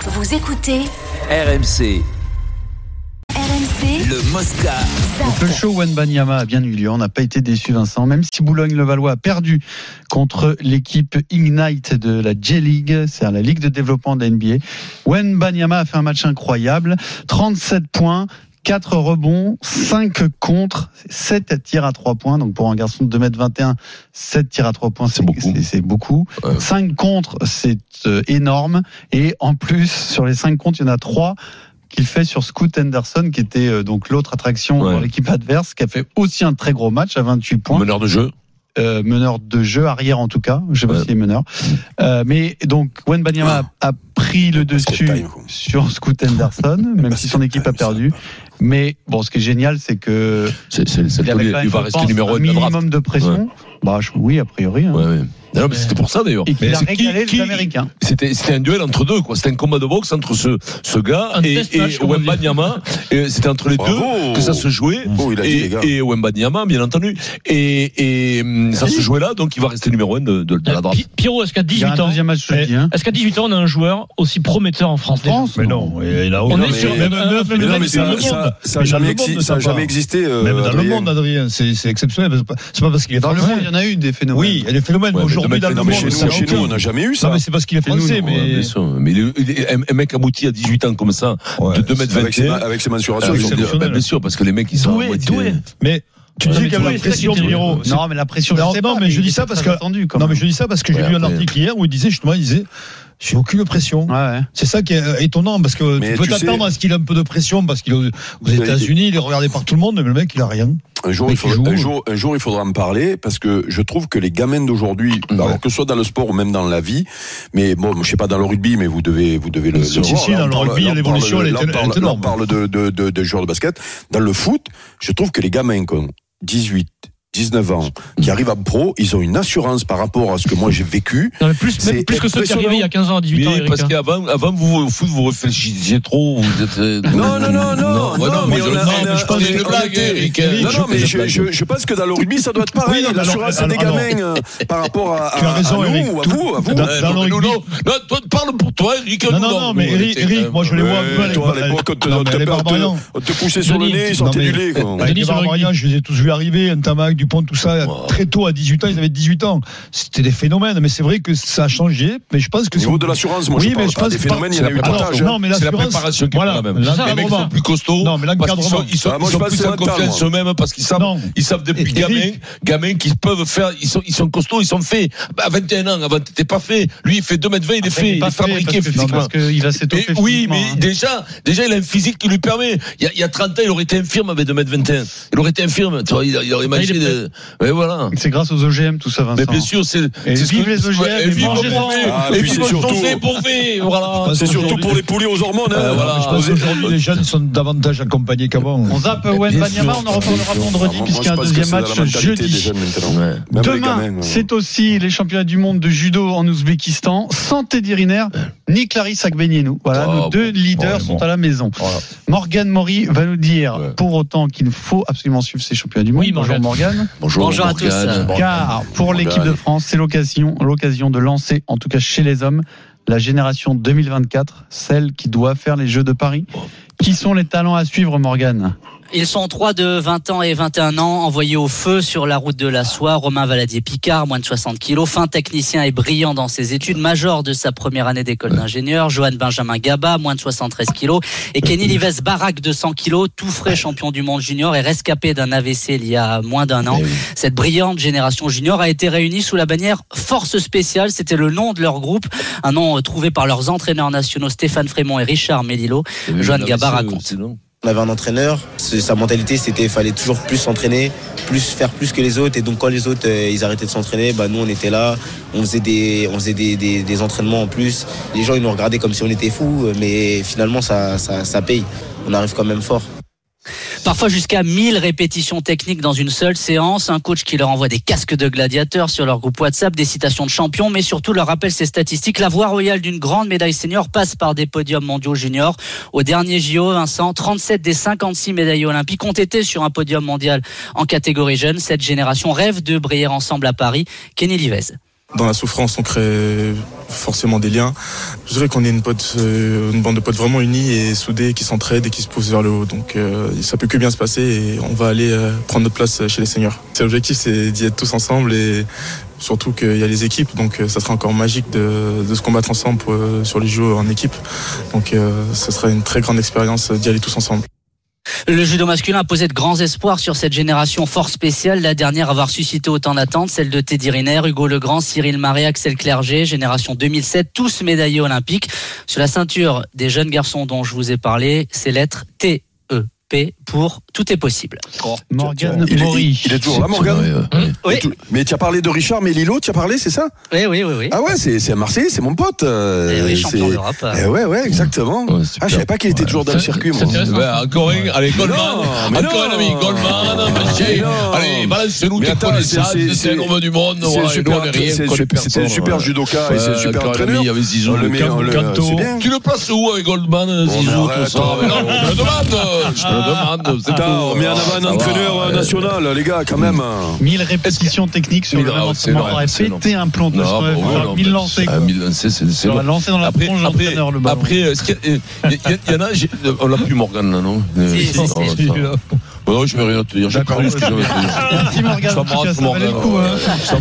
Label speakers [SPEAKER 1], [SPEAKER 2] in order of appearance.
[SPEAKER 1] Vous écoutez
[SPEAKER 2] RMC,
[SPEAKER 1] RMC
[SPEAKER 2] le Mosca.
[SPEAKER 1] Zap.
[SPEAKER 3] Le show Wenbanyama a bien eu lieu, on n'a pas été déçu Vincent, même si Boulogne-le-Valois a perdu contre l'équipe Ignite de la J-League, c'est-à-dire la Ligue de développement de la NBA. Wenbanyama a fait un match incroyable, 37 points, 4 rebonds, 5 contre, 7 tirs à 3 points, donc pour un garçon de 2m21, 7 tirs à 3 points, c'est
[SPEAKER 4] beaucoup. Euh.
[SPEAKER 3] c'est- c'est beaucoup.
[SPEAKER 4] Ouais.
[SPEAKER 3] 5 contre, c'est euh, énorme, et en plus, sur les 5 contre, il y en a 3 qu'il fait sur Scoot Henderson, qui était euh, donc l'autre attraction
[SPEAKER 4] Ouais.
[SPEAKER 3] dans l'équipe adverse, qui a fait aussi un très gros match à 28 points,
[SPEAKER 4] Meneur de jeu.
[SPEAKER 3] Euh, meneur de jeu, arrière en tout cas, je sais pas
[SPEAKER 4] Ouais.
[SPEAKER 3] s'il est meneur. Euh, mais donc, Wenbanyama a, a pris le
[SPEAKER 5] Basket
[SPEAKER 3] dessus
[SPEAKER 5] time, quoi.
[SPEAKER 3] sur Scoot Henderson, même si son équipe a perdu. Mais bon, ce qui est génial, c'est que
[SPEAKER 4] C'est, c'est, c'est
[SPEAKER 3] il, y
[SPEAKER 4] le
[SPEAKER 3] avait
[SPEAKER 4] premier-
[SPEAKER 3] quand même,
[SPEAKER 4] il va
[SPEAKER 3] je
[SPEAKER 4] rester
[SPEAKER 3] pense,
[SPEAKER 4] numéro
[SPEAKER 3] un
[SPEAKER 4] 1 de la draft.
[SPEAKER 3] minimum de pression. Bah, je- oui, a priori. hein.
[SPEAKER 4] Ouais, ouais. Non, mais c'était pour ça d'ailleurs.
[SPEAKER 3] Et qu'il
[SPEAKER 4] Mais
[SPEAKER 3] a
[SPEAKER 4] c'est qui-
[SPEAKER 3] régalé
[SPEAKER 4] qui-
[SPEAKER 3] les Américains.
[SPEAKER 4] C'était, c'était un duel entre deux, quoi. C'était un combat de boxe entre ce, ce gars
[SPEAKER 6] Un
[SPEAKER 4] et,
[SPEAKER 6] test match,
[SPEAKER 4] et
[SPEAKER 6] comme on dit.
[SPEAKER 4] Wembanyama. Et C'était entre les
[SPEAKER 5] Bravo
[SPEAKER 4] deux que ça se jouait.
[SPEAKER 5] Oh, il a dit, les gars.
[SPEAKER 4] et, et Wembanyama, bien entendu. Et, et hum, ça se jouait là, donc il va rester numéro 1 de, de- de la draft.
[SPEAKER 6] Pi- Pierrot, est-ce qu'à
[SPEAKER 3] Il y a un
[SPEAKER 6] 18 ans,
[SPEAKER 3] deuxième match
[SPEAKER 6] Eh,
[SPEAKER 3] jeudi. Hein.
[SPEAKER 6] est-ce qu'à 18 ans, on a un joueur aussi prometteur en France, déjà
[SPEAKER 3] France,
[SPEAKER 7] Mais non, et là,
[SPEAKER 6] On
[SPEAKER 5] Non,
[SPEAKER 6] est
[SPEAKER 5] mais-
[SPEAKER 6] sur un-
[SPEAKER 5] mais
[SPEAKER 6] un
[SPEAKER 7] mais
[SPEAKER 6] phénomène
[SPEAKER 5] non, mais
[SPEAKER 6] dans le
[SPEAKER 5] ça,
[SPEAKER 6] monde.
[SPEAKER 5] ça, ça a
[SPEAKER 7] Mais dans
[SPEAKER 5] jamais,
[SPEAKER 7] le monde,
[SPEAKER 5] exi-
[SPEAKER 7] ne
[SPEAKER 5] ça a
[SPEAKER 7] sait
[SPEAKER 5] jamais
[SPEAKER 7] pas.
[SPEAKER 5] existé. euh,
[SPEAKER 7] Même dans le
[SPEAKER 5] Adrien.
[SPEAKER 7] monde, Adrien, c'est c'est exceptionnel. parce que- C'est pas parce qu'il est
[SPEAKER 3] Dans le monde,
[SPEAKER 7] français.
[SPEAKER 3] il y en a eu des phénomènes.
[SPEAKER 7] Oui, il y a des phénomènes.
[SPEAKER 4] Ouais,
[SPEAKER 7] mais
[SPEAKER 4] mais
[SPEAKER 7] Aujourd'hui,
[SPEAKER 4] demain,
[SPEAKER 7] dans le
[SPEAKER 5] Non,
[SPEAKER 7] monde,
[SPEAKER 5] mais chez
[SPEAKER 7] ça
[SPEAKER 5] nous, chez nous, on
[SPEAKER 7] aucun.
[SPEAKER 5] n'a jamais eu
[SPEAKER 7] Non,
[SPEAKER 5] ça.
[SPEAKER 7] mais c'est parce qu'il est
[SPEAKER 3] nous,
[SPEAKER 7] français.
[SPEAKER 3] non,
[SPEAKER 4] Ouais,
[SPEAKER 7] mais
[SPEAKER 4] bien sûr. mais le- il est- un, un mec abouti à 18 ans comme ça,
[SPEAKER 7] Ouais.
[SPEAKER 4] de 2m21.
[SPEAKER 5] Avec ses, avec ses mensurations.
[SPEAKER 4] avec
[SPEAKER 5] ils sont
[SPEAKER 4] ses-
[SPEAKER 5] bien.
[SPEAKER 7] exceptionnel.
[SPEAKER 4] bah, bien sûr, parce que les mecs, ils sont. à
[SPEAKER 6] Doué,
[SPEAKER 4] moitié-
[SPEAKER 6] doué.
[SPEAKER 7] Mais tu
[SPEAKER 4] Ouais,
[SPEAKER 7] dis
[SPEAKER 4] mais
[SPEAKER 7] qu'il y a
[SPEAKER 6] oui,
[SPEAKER 7] la
[SPEAKER 6] c'est ça qui
[SPEAKER 7] pression,
[SPEAKER 6] était
[SPEAKER 7] Miro.
[SPEAKER 6] dur.
[SPEAKER 7] C'est-
[SPEAKER 3] Non, mais la pression.
[SPEAKER 7] Non,
[SPEAKER 3] je sais
[SPEAKER 7] non,
[SPEAKER 3] pas,
[SPEAKER 7] mais je dis ça
[SPEAKER 3] c'est
[SPEAKER 7] parce
[SPEAKER 3] très
[SPEAKER 7] que-
[SPEAKER 3] attendu, quand
[SPEAKER 7] Non, mais
[SPEAKER 3] même.
[SPEAKER 7] je dis ça parce que j'ai
[SPEAKER 4] Ouais,
[SPEAKER 7] lu un
[SPEAKER 4] après.
[SPEAKER 7] article hier où il disait justement, il disait, j'ai aucune pression.
[SPEAKER 3] Ouais, ouais.
[SPEAKER 7] C'est ça qui est euh, étonnant parce que
[SPEAKER 5] Mais
[SPEAKER 7] tu peux
[SPEAKER 5] tu
[SPEAKER 7] t'attendre
[SPEAKER 5] sais-
[SPEAKER 7] à ce qu'il ait un peu de pression parce qu'il est aux- aux
[SPEAKER 5] Il a-
[SPEAKER 7] États-Unis, il est regardé par tout le monde, mais le mec, il a rien.
[SPEAKER 5] Un jour,
[SPEAKER 7] Mais
[SPEAKER 5] il
[SPEAKER 7] qui
[SPEAKER 5] faudra,
[SPEAKER 7] joue.
[SPEAKER 5] un, jour, un jour, il faudra en parler parce que je trouve que les gamins d'aujourd'hui,
[SPEAKER 7] Bah
[SPEAKER 5] alors que ce soit dans le sport ou même dans la vie, mais bon, je sais pas dans le rugby, mais vous devez, vous devez le. le
[SPEAKER 7] Si,
[SPEAKER 5] voir.
[SPEAKER 7] si,
[SPEAKER 5] Là,
[SPEAKER 7] dans
[SPEAKER 5] on
[SPEAKER 7] le
[SPEAKER 5] parle-
[SPEAKER 7] rugby,
[SPEAKER 5] là, on
[SPEAKER 7] l'évolution,
[SPEAKER 5] parle-
[SPEAKER 7] elle est-
[SPEAKER 5] là, on
[SPEAKER 7] elle est
[SPEAKER 5] parle- là,
[SPEAKER 7] énorme.
[SPEAKER 5] On parle de, de, de, de joueurs de basket. Dans le foot, je trouve que les gamins qui ont 18, 19 ans, qui arrivent à pro, ils ont une assurance par rapport à ce que moi j'ai vécu.
[SPEAKER 6] Non, mais plus, même
[SPEAKER 5] C'est
[SPEAKER 6] plus que ceux qui arrivaient il y a 15 ans, à 18 ans,
[SPEAKER 4] Mais
[SPEAKER 6] Eric.
[SPEAKER 4] parce
[SPEAKER 6] hein.
[SPEAKER 4] qu'avant, avant vous au foot, vous réfléchissiez trop. Vous êtes euh,
[SPEAKER 5] Non, non, non, non, non,
[SPEAKER 4] ouais,
[SPEAKER 5] mais
[SPEAKER 4] moi,
[SPEAKER 5] on
[SPEAKER 4] je-
[SPEAKER 5] a- euh,
[SPEAKER 4] non,
[SPEAKER 5] on a-
[SPEAKER 4] mais je pense que c'est une
[SPEAKER 5] on a-
[SPEAKER 4] blague, Eric.
[SPEAKER 5] Non, non, mais je,
[SPEAKER 4] je-
[SPEAKER 5] je, je pense que dans le rugby, ça doit être pareil.
[SPEAKER 7] Oui, non, mais
[SPEAKER 5] L'assurance
[SPEAKER 7] alors-
[SPEAKER 5] des
[SPEAKER 7] alors-
[SPEAKER 5] gamins euh, par rapport à, à,
[SPEAKER 7] Tu as raison,
[SPEAKER 5] à
[SPEAKER 7] Eric.
[SPEAKER 5] nous, à vous, à vous.
[SPEAKER 7] Dans-
[SPEAKER 4] Ouais,
[SPEAKER 7] dans
[SPEAKER 4] non,
[SPEAKER 7] le
[SPEAKER 4] mais nous,
[SPEAKER 7] rugby-
[SPEAKER 4] non, non, toi, parle pour toi, Eric. nous,
[SPEAKER 7] Non, non, non, mais
[SPEAKER 4] nous,
[SPEAKER 7] Eric,
[SPEAKER 4] on était,
[SPEAKER 7] Eric, moi, je les vois un peu à
[SPEAKER 5] Ouais, toi, à
[SPEAKER 7] l'époque.
[SPEAKER 5] l'époque, on te-
[SPEAKER 7] Non,
[SPEAKER 5] on
[SPEAKER 7] mais
[SPEAKER 5] te
[SPEAKER 7] les
[SPEAKER 5] peur- on
[SPEAKER 7] Barbarians.
[SPEAKER 5] te- on te poussait sur le
[SPEAKER 6] Denis,
[SPEAKER 5] nez, ils sortaient
[SPEAKER 7] non,
[SPEAKER 5] du
[SPEAKER 7] mais-
[SPEAKER 5] lait. quoi.
[SPEAKER 7] Bah,
[SPEAKER 6] Denis
[SPEAKER 7] les
[SPEAKER 6] sur le
[SPEAKER 7] Barbarians, je les ai tous vus arriver, Ntamak, Dupont, tout ça,
[SPEAKER 4] Wow.
[SPEAKER 7] très tôt, à 18 ans, ils avaient 18 ans. C'était des phénomènes, mais c'est vrai que ça a changé, mais je pense que
[SPEAKER 5] Au
[SPEAKER 7] si
[SPEAKER 5] niveau
[SPEAKER 7] on-
[SPEAKER 5] de l'assurance, moi,
[SPEAKER 7] Oui,
[SPEAKER 5] je
[SPEAKER 7] mais
[SPEAKER 5] parle
[SPEAKER 7] je
[SPEAKER 5] pas
[SPEAKER 7] pense
[SPEAKER 5] des
[SPEAKER 7] que-
[SPEAKER 5] phénomènes, il y en a eu
[SPEAKER 7] Alors,
[SPEAKER 5] partage. hein.
[SPEAKER 7] non, mais
[SPEAKER 4] C'est la
[SPEAKER 7] l'assurance-
[SPEAKER 4] préparation qui
[SPEAKER 7] Voilà,
[SPEAKER 4] est pas la même.
[SPEAKER 7] l'assurance-
[SPEAKER 4] Les mecs sont plus costauds.
[SPEAKER 7] Non, mais
[SPEAKER 4] parce qu'ils sont,
[SPEAKER 7] l'encadrement.
[SPEAKER 4] ils sont,
[SPEAKER 5] Ah, moi,
[SPEAKER 4] ils
[SPEAKER 5] je
[SPEAKER 4] sont
[SPEAKER 5] pense que
[SPEAKER 4] plus
[SPEAKER 5] c'est
[SPEAKER 4] en
[SPEAKER 5] mental,
[SPEAKER 4] confiance
[SPEAKER 5] moi.
[SPEAKER 4] eux-mêmes parce qu'ils savent,
[SPEAKER 7] Non.
[SPEAKER 4] ils savent depuis
[SPEAKER 7] Eric.
[SPEAKER 4] gamins, gamins qu'ils peuvent faire, ils sont, ils sont costauds, ils sont faits. Bah, à 21 ans, avant, t'étais pas fait. Lui, il fait 2m20, il est fait, il est fabriqué physiquement.
[SPEAKER 3] Parce qu'il va
[SPEAKER 4] Mais
[SPEAKER 3] s'étoffer.
[SPEAKER 4] oui, mais
[SPEAKER 3] physiquement, hein.
[SPEAKER 4] déjà, déjà, il a un physique qui lui permet. Il y a, il y a 30 ans, il aurait été infirme avec 2m21. Il aurait été infirme. Tu vois, il, il aurait mangé
[SPEAKER 6] est
[SPEAKER 4] de. Mais voilà.
[SPEAKER 3] C'est grâce aux OGM, tout ça, Vincent.
[SPEAKER 4] Mais bien sûr, c'est.
[SPEAKER 3] Et
[SPEAKER 4] c'est ce
[SPEAKER 3] vive
[SPEAKER 4] que-
[SPEAKER 3] les OGM,
[SPEAKER 4] Ouais,
[SPEAKER 3] et
[SPEAKER 4] vive
[SPEAKER 6] mangez-en.
[SPEAKER 4] Bourvet,
[SPEAKER 5] Ah,
[SPEAKER 4] et
[SPEAKER 5] puis
[SPEAKER 4] vive
[SPEAKER 5] c'est surtout- Ah,
[SPEAKER 4] Bourvet, Bourvet, Voilà.
[SPEAKER 7] Je
[SPEAKER 5] C'est
[SPEAKER 7] pense
[SPEAKER 5] surtout
[SPEAKER 7] aujourd'hui-
[SPEAKER 5] pour les poulies aux hormones.
[SPEAKER 4] Euh,
[SPEAKER 5] hein.
[SPEAKER 4] voilà.
[SPEAKER 7] Je pense qu'aujourd'hui, les jeunes sont davantage accompagnés qu'avant.
[SPEAKER 3] On zappe
[SPEAKER 4] bien
[SPEAKER 3] Wenbanyama,
[SPEAKER 4] sûr.
[SPEAKER 3] on en reparlera vendredi,
[SPEAKER 5] Moi,
[SPEAKER 3] puisqu'il y a
[SPEAKER 5] je
[SPEAKER 3] un
[SPEAKER 5] pense que
[SPEAKER 3] deuxième
[SPEAKER 5] c'est la
[SPEAKER 3] match
[SPEAKER 5] mentalité des
[SPEAKER 3] jeudi.
[SPEAKER 5] jeunes maintenant.
[SPEAKER 4] Ouais.
[SPEAKER 5] Même les
[SPEAKER 3] Demain,
[SPEAKER 5] gamins, ouais.
[SPEAKER 3] c'est aussi les championnats du monde de judo en Ouzbékistan, sans Teddy Riner, ni Clarisse Agbenienou. Voilà,
[SPEAKER 4] Oh,
[SPEAKER 3] nos deux leaders
[SPEAKER 7] bon.
[SPEAKER 3] sont à la maison.
[SPEAKER 7] Voilà.
[SPEAKER 3] Morgane Maury va nous dire,
[SPEAKER 4] Ouais.
[SPEAKER 3] pour autant qu'il faut absolument suivre ces championnats du monde.
[SPEAKER 6] Oui,
[SPEAKER 3] Bonjour Morgane.
[SPEAKER 4] Bonjour,
[SPEAKER 8] Bonjour à tous. euh,
[SPEAKER 4] Morgane.
[SPEAKER 3] Car pour
[SPEAKER 5] Morgane.
[SPEAKER 3] l'équipe de France, c'est l'occasion, l'occasion de lancer, en tout cas chez les hommes, la génération 2024, celle qui doit faire les Jeux de Paris. Qui sont les talents à suivre, Morgane
[SPEAKER 8] Ils sont trois de 20 ans et 21 ans, envoyés au feu sur la route de la soie. Romain Valadier-Picard, moins de 60 kilos, fin technicien et brillant dans ses études, major de sa première année d'école d'ingénieur. Johan Benjamin Gaba, moins de 73 kilos. Et Kenny Lives Barak, 200 kilos, tout frais champion du monde junior et rescapé d'un AVC il y a moins d'un an. Cette brillante génération junior a été réunie sous la bannière Force Spéciale. C'était le nom de leur groupe, un nom euh, trouvé par leurs entraîneurs nationaux Stéphane Frémont et Richard Melillo.
[SPEAKER 4] Eh
[SPEAKER 8] Joanne Gabard hein. raconte.
[SPEAKER 9] On avait un entraîneur, ce- sa mentalité c'était fallait toujours plus s'entraîner, plus faire plus que les autres et donc quand les autres euh, ils arrêtaient de s'entraîner, bah nous on était là, on faisait des on faisait des, des- des entraînements en plus. Les gens ils nous regardaient comme si on était fous euh, mais finalement ça- ça, ça paye. On arrive quand même fort.
[SPEAKER 8] Parfois jusqu'à 1000 répétitions techniques dans une seule séance, un coach qui leur envoie des casques de gladiateurs sur leur groupe WhatsApp, des citations de champions, mais surtout leur rappelle ses statistiques. La voie royale d'une grande médaille senior passe par des podiums mondiaux juniors. Au dernier JO, Vincent, 37 des 56 médailles olympiques ont été sur un podium mondial en catégorie jeune. Cette génération rêve de briller ensemble à Paris. Kenny Livez.
[SPEAKER 2] Dans la souffrance, on crée forcément des liens. Je dirais qu'on est une, pote, euh, une bande de potes vraiment unis et soudés, qui s'entraident et qui se poussent vers le haut. Donc euh, ça peut que bien se passer et on va aller euh, prendre notre place chez les seniors. C'est l'objectif, c'est d'y être tous ensemble et surtout qu'il y a les équipes, donc euh, ça sera encore magique de, de se combattre ensemble pour, euh, sur les jeux en équipe. Donc euh, ça sera une très grande expérience euh, d'y aller tous ensemble.
[SPEAKER 8] Le judo masculin a posé de grands espoirs sur cette génération fort spéciale, la dernière à avoir suscité autant d'attentes, celle de Teddy Riner, Hugo Legrand, Cyril Marais, Axel Clerget, génération 2007, tous médaillés olympiques. Sur la ceinture des jeunes garçons dont je vous ai parlé, c'est lettre T-E-P pour Tout est possible.
[SPEAKER 3] Morgan
[SPEAKER 5] Il est-
[SPEAKER 3] Maury.
[SPEAKER 5] il est toujours là, Morgan
[SPEAKER 8] Oui,
[SPEAKER 5] Mais tu as parlé de Richard Melillo, tu as parlé, c'est ça
[SPEAKER 8] oui, oui, oui. oui.
[SPEAKER 5] Ah ouais, c'est c'est un Marseillais, c'est mon pote.
[SPEAKER 8] Eh
[SPEAKER 5] euh,
[SPEAKER 8] oui,
[SPEAKER 5] c'est-
[SPEAKER 8] champion d'Europe.
[SPEAKER 5] Eh ouais, ouais, exactement.
[SPEAKER 4] Ouais,
[SPEAKER 5] Ah,
[SPEAKER 4] super.
[SPEAKER 5] je savais pas qu'il était toujours dans le
[SPEAKER 4] Ça-
[SPEAKER 5] circuit, moi.
[SPEAKER 6] ça t'intéresse
[SPEAKER 4] Eh ben, encore un, allez, Goldman,
[SPEAKER 5] mais
[SPEAKER 4] encore un
[SPEAKER 5] non.
[SPEAKER 4] ami, Goldman,
[SPEAKER 5] Mais
[SPEAKER 4] Maché,
[SPEAKER 5] non.
[SPEAKER 4] allez, balance-nous
[SPEAKER 5] Mais
[SPEAKER 4] tes
[SPEAKER 5] attends,
[SPEAKER 4] connaissances,
[SPEAKER 5] c'est- c'est-
[SPEAKER 4] c'est un
[SPEAKER 5] c'est-
[SPEAKER 4] homme du monde,
[SPEAKER 5] C'est un
[SPEAKER 4] voilà, et nous,
[SPEAKER 5] super-
[SPEAKER 4] on est rien,
[SPEAKER 5] c'est un
[SPEAKER 4] on connaît
[SPEAKER 5] super- c'est un
[SPEAKER 4] personne,
[SPEAKER 5] super
[SPEAKER 4] voilà.
[SPEAKER 5] judoka et Ah c'est un
[SPEAKER 4] euh, Ouais,
[SPEAKER 5] super
[SPEAKER 4] encore un
[SPEAKER 5] entraîneur.
[SPEAKER 4] ami avec Zizou,
[SPEAKER 5] On le met, on le-
[SPEAKER 4] Canto.
[SPEAKER 5] c'est bien.
[SPEAKER 4] Tu le places où avec Goldman,
[SPEAKER 5] mais
[SPEAKER 4] Zizou, tout
[SPEAKER 5] arrête,
[SPEAKER 4] ça
[SPEAKER 5] oh.
[SPEAKER 4] Mais non, Je te le demande, je te le demande. c'est tout.
[SPEAKER 5] Attends,
[SPEAKER 4] Ah,
[SPEAKER 5] on met en avant un
[SPEAKER 4] Ça va,
[SPEAKER 5] entraîneur euh,
[SPEAKER 4] ouais. Mm.
[SPEAKER 5] national, les gars, quand même. hein.
[SPEAKER 3] 1000 répétitions techniques sur
[SPEAKER 4] Mais
[SPEAKER 3] le même
[SPEAKER 4] grave, c'est
[SPEAKER 3] entraînement. On
[SPEAKER 4] long,
[SPEAKER 3] aurait
[SPEAKER 4] c'est long.
[SPEAKER 3] pété un plomb.
[SPEAKER 4] Non,
[SPEAKER 3] On aurait
[SPEAKER 4] bah
[SPEAKER 3] fait
[SPEAKER 4] ouais,
[SPEAKER 3] faire
[SPEAKER 4] non,
[SPEAKER 3] 1000
[SPEAKER 4] mais-
[SPEAKER 3] lancers.
[SPEAKER 4] Ah,
[SPEAKER 3] quoi.
[SPEAKER 4] 1000 lancers, c'est c'est
[SPEAKER 3] On
[SPEAKER 4] long.
[SPEAKER 3] aurait lancé dans la
[SPEAKER 4] Après,
[SPEAKER 3] tronche
[SPEAKER 4] après,
[SPEAKER 3] l'entraîneur le ballon.
[SPEAKER 4] après, est-ce qu'il y, a- il y a- il y en a, j'ai- on l'a plus Morgan là, non Ah,
[SPEAKER 8] Si, si,
[SPEAKER 4] Non,
[SPEAKER 8] si.
[SPEAKER 4] attends. Bon, non, je vais rien te dire, j'ai perdu ce que j'avais à te dire.
[SPEAKER 3] Merci Morgan.
[SPEAKER 4] Je
[SPEAKER 3] en tout cas,
[SPEAKER 4] t'embrasse,
[SPEAKER 3] ça valait le
[SPEAKER 4] Morgan.
[SPEAKER 3] coup. hein.
[SPEAKER 4] Je t'embrasse.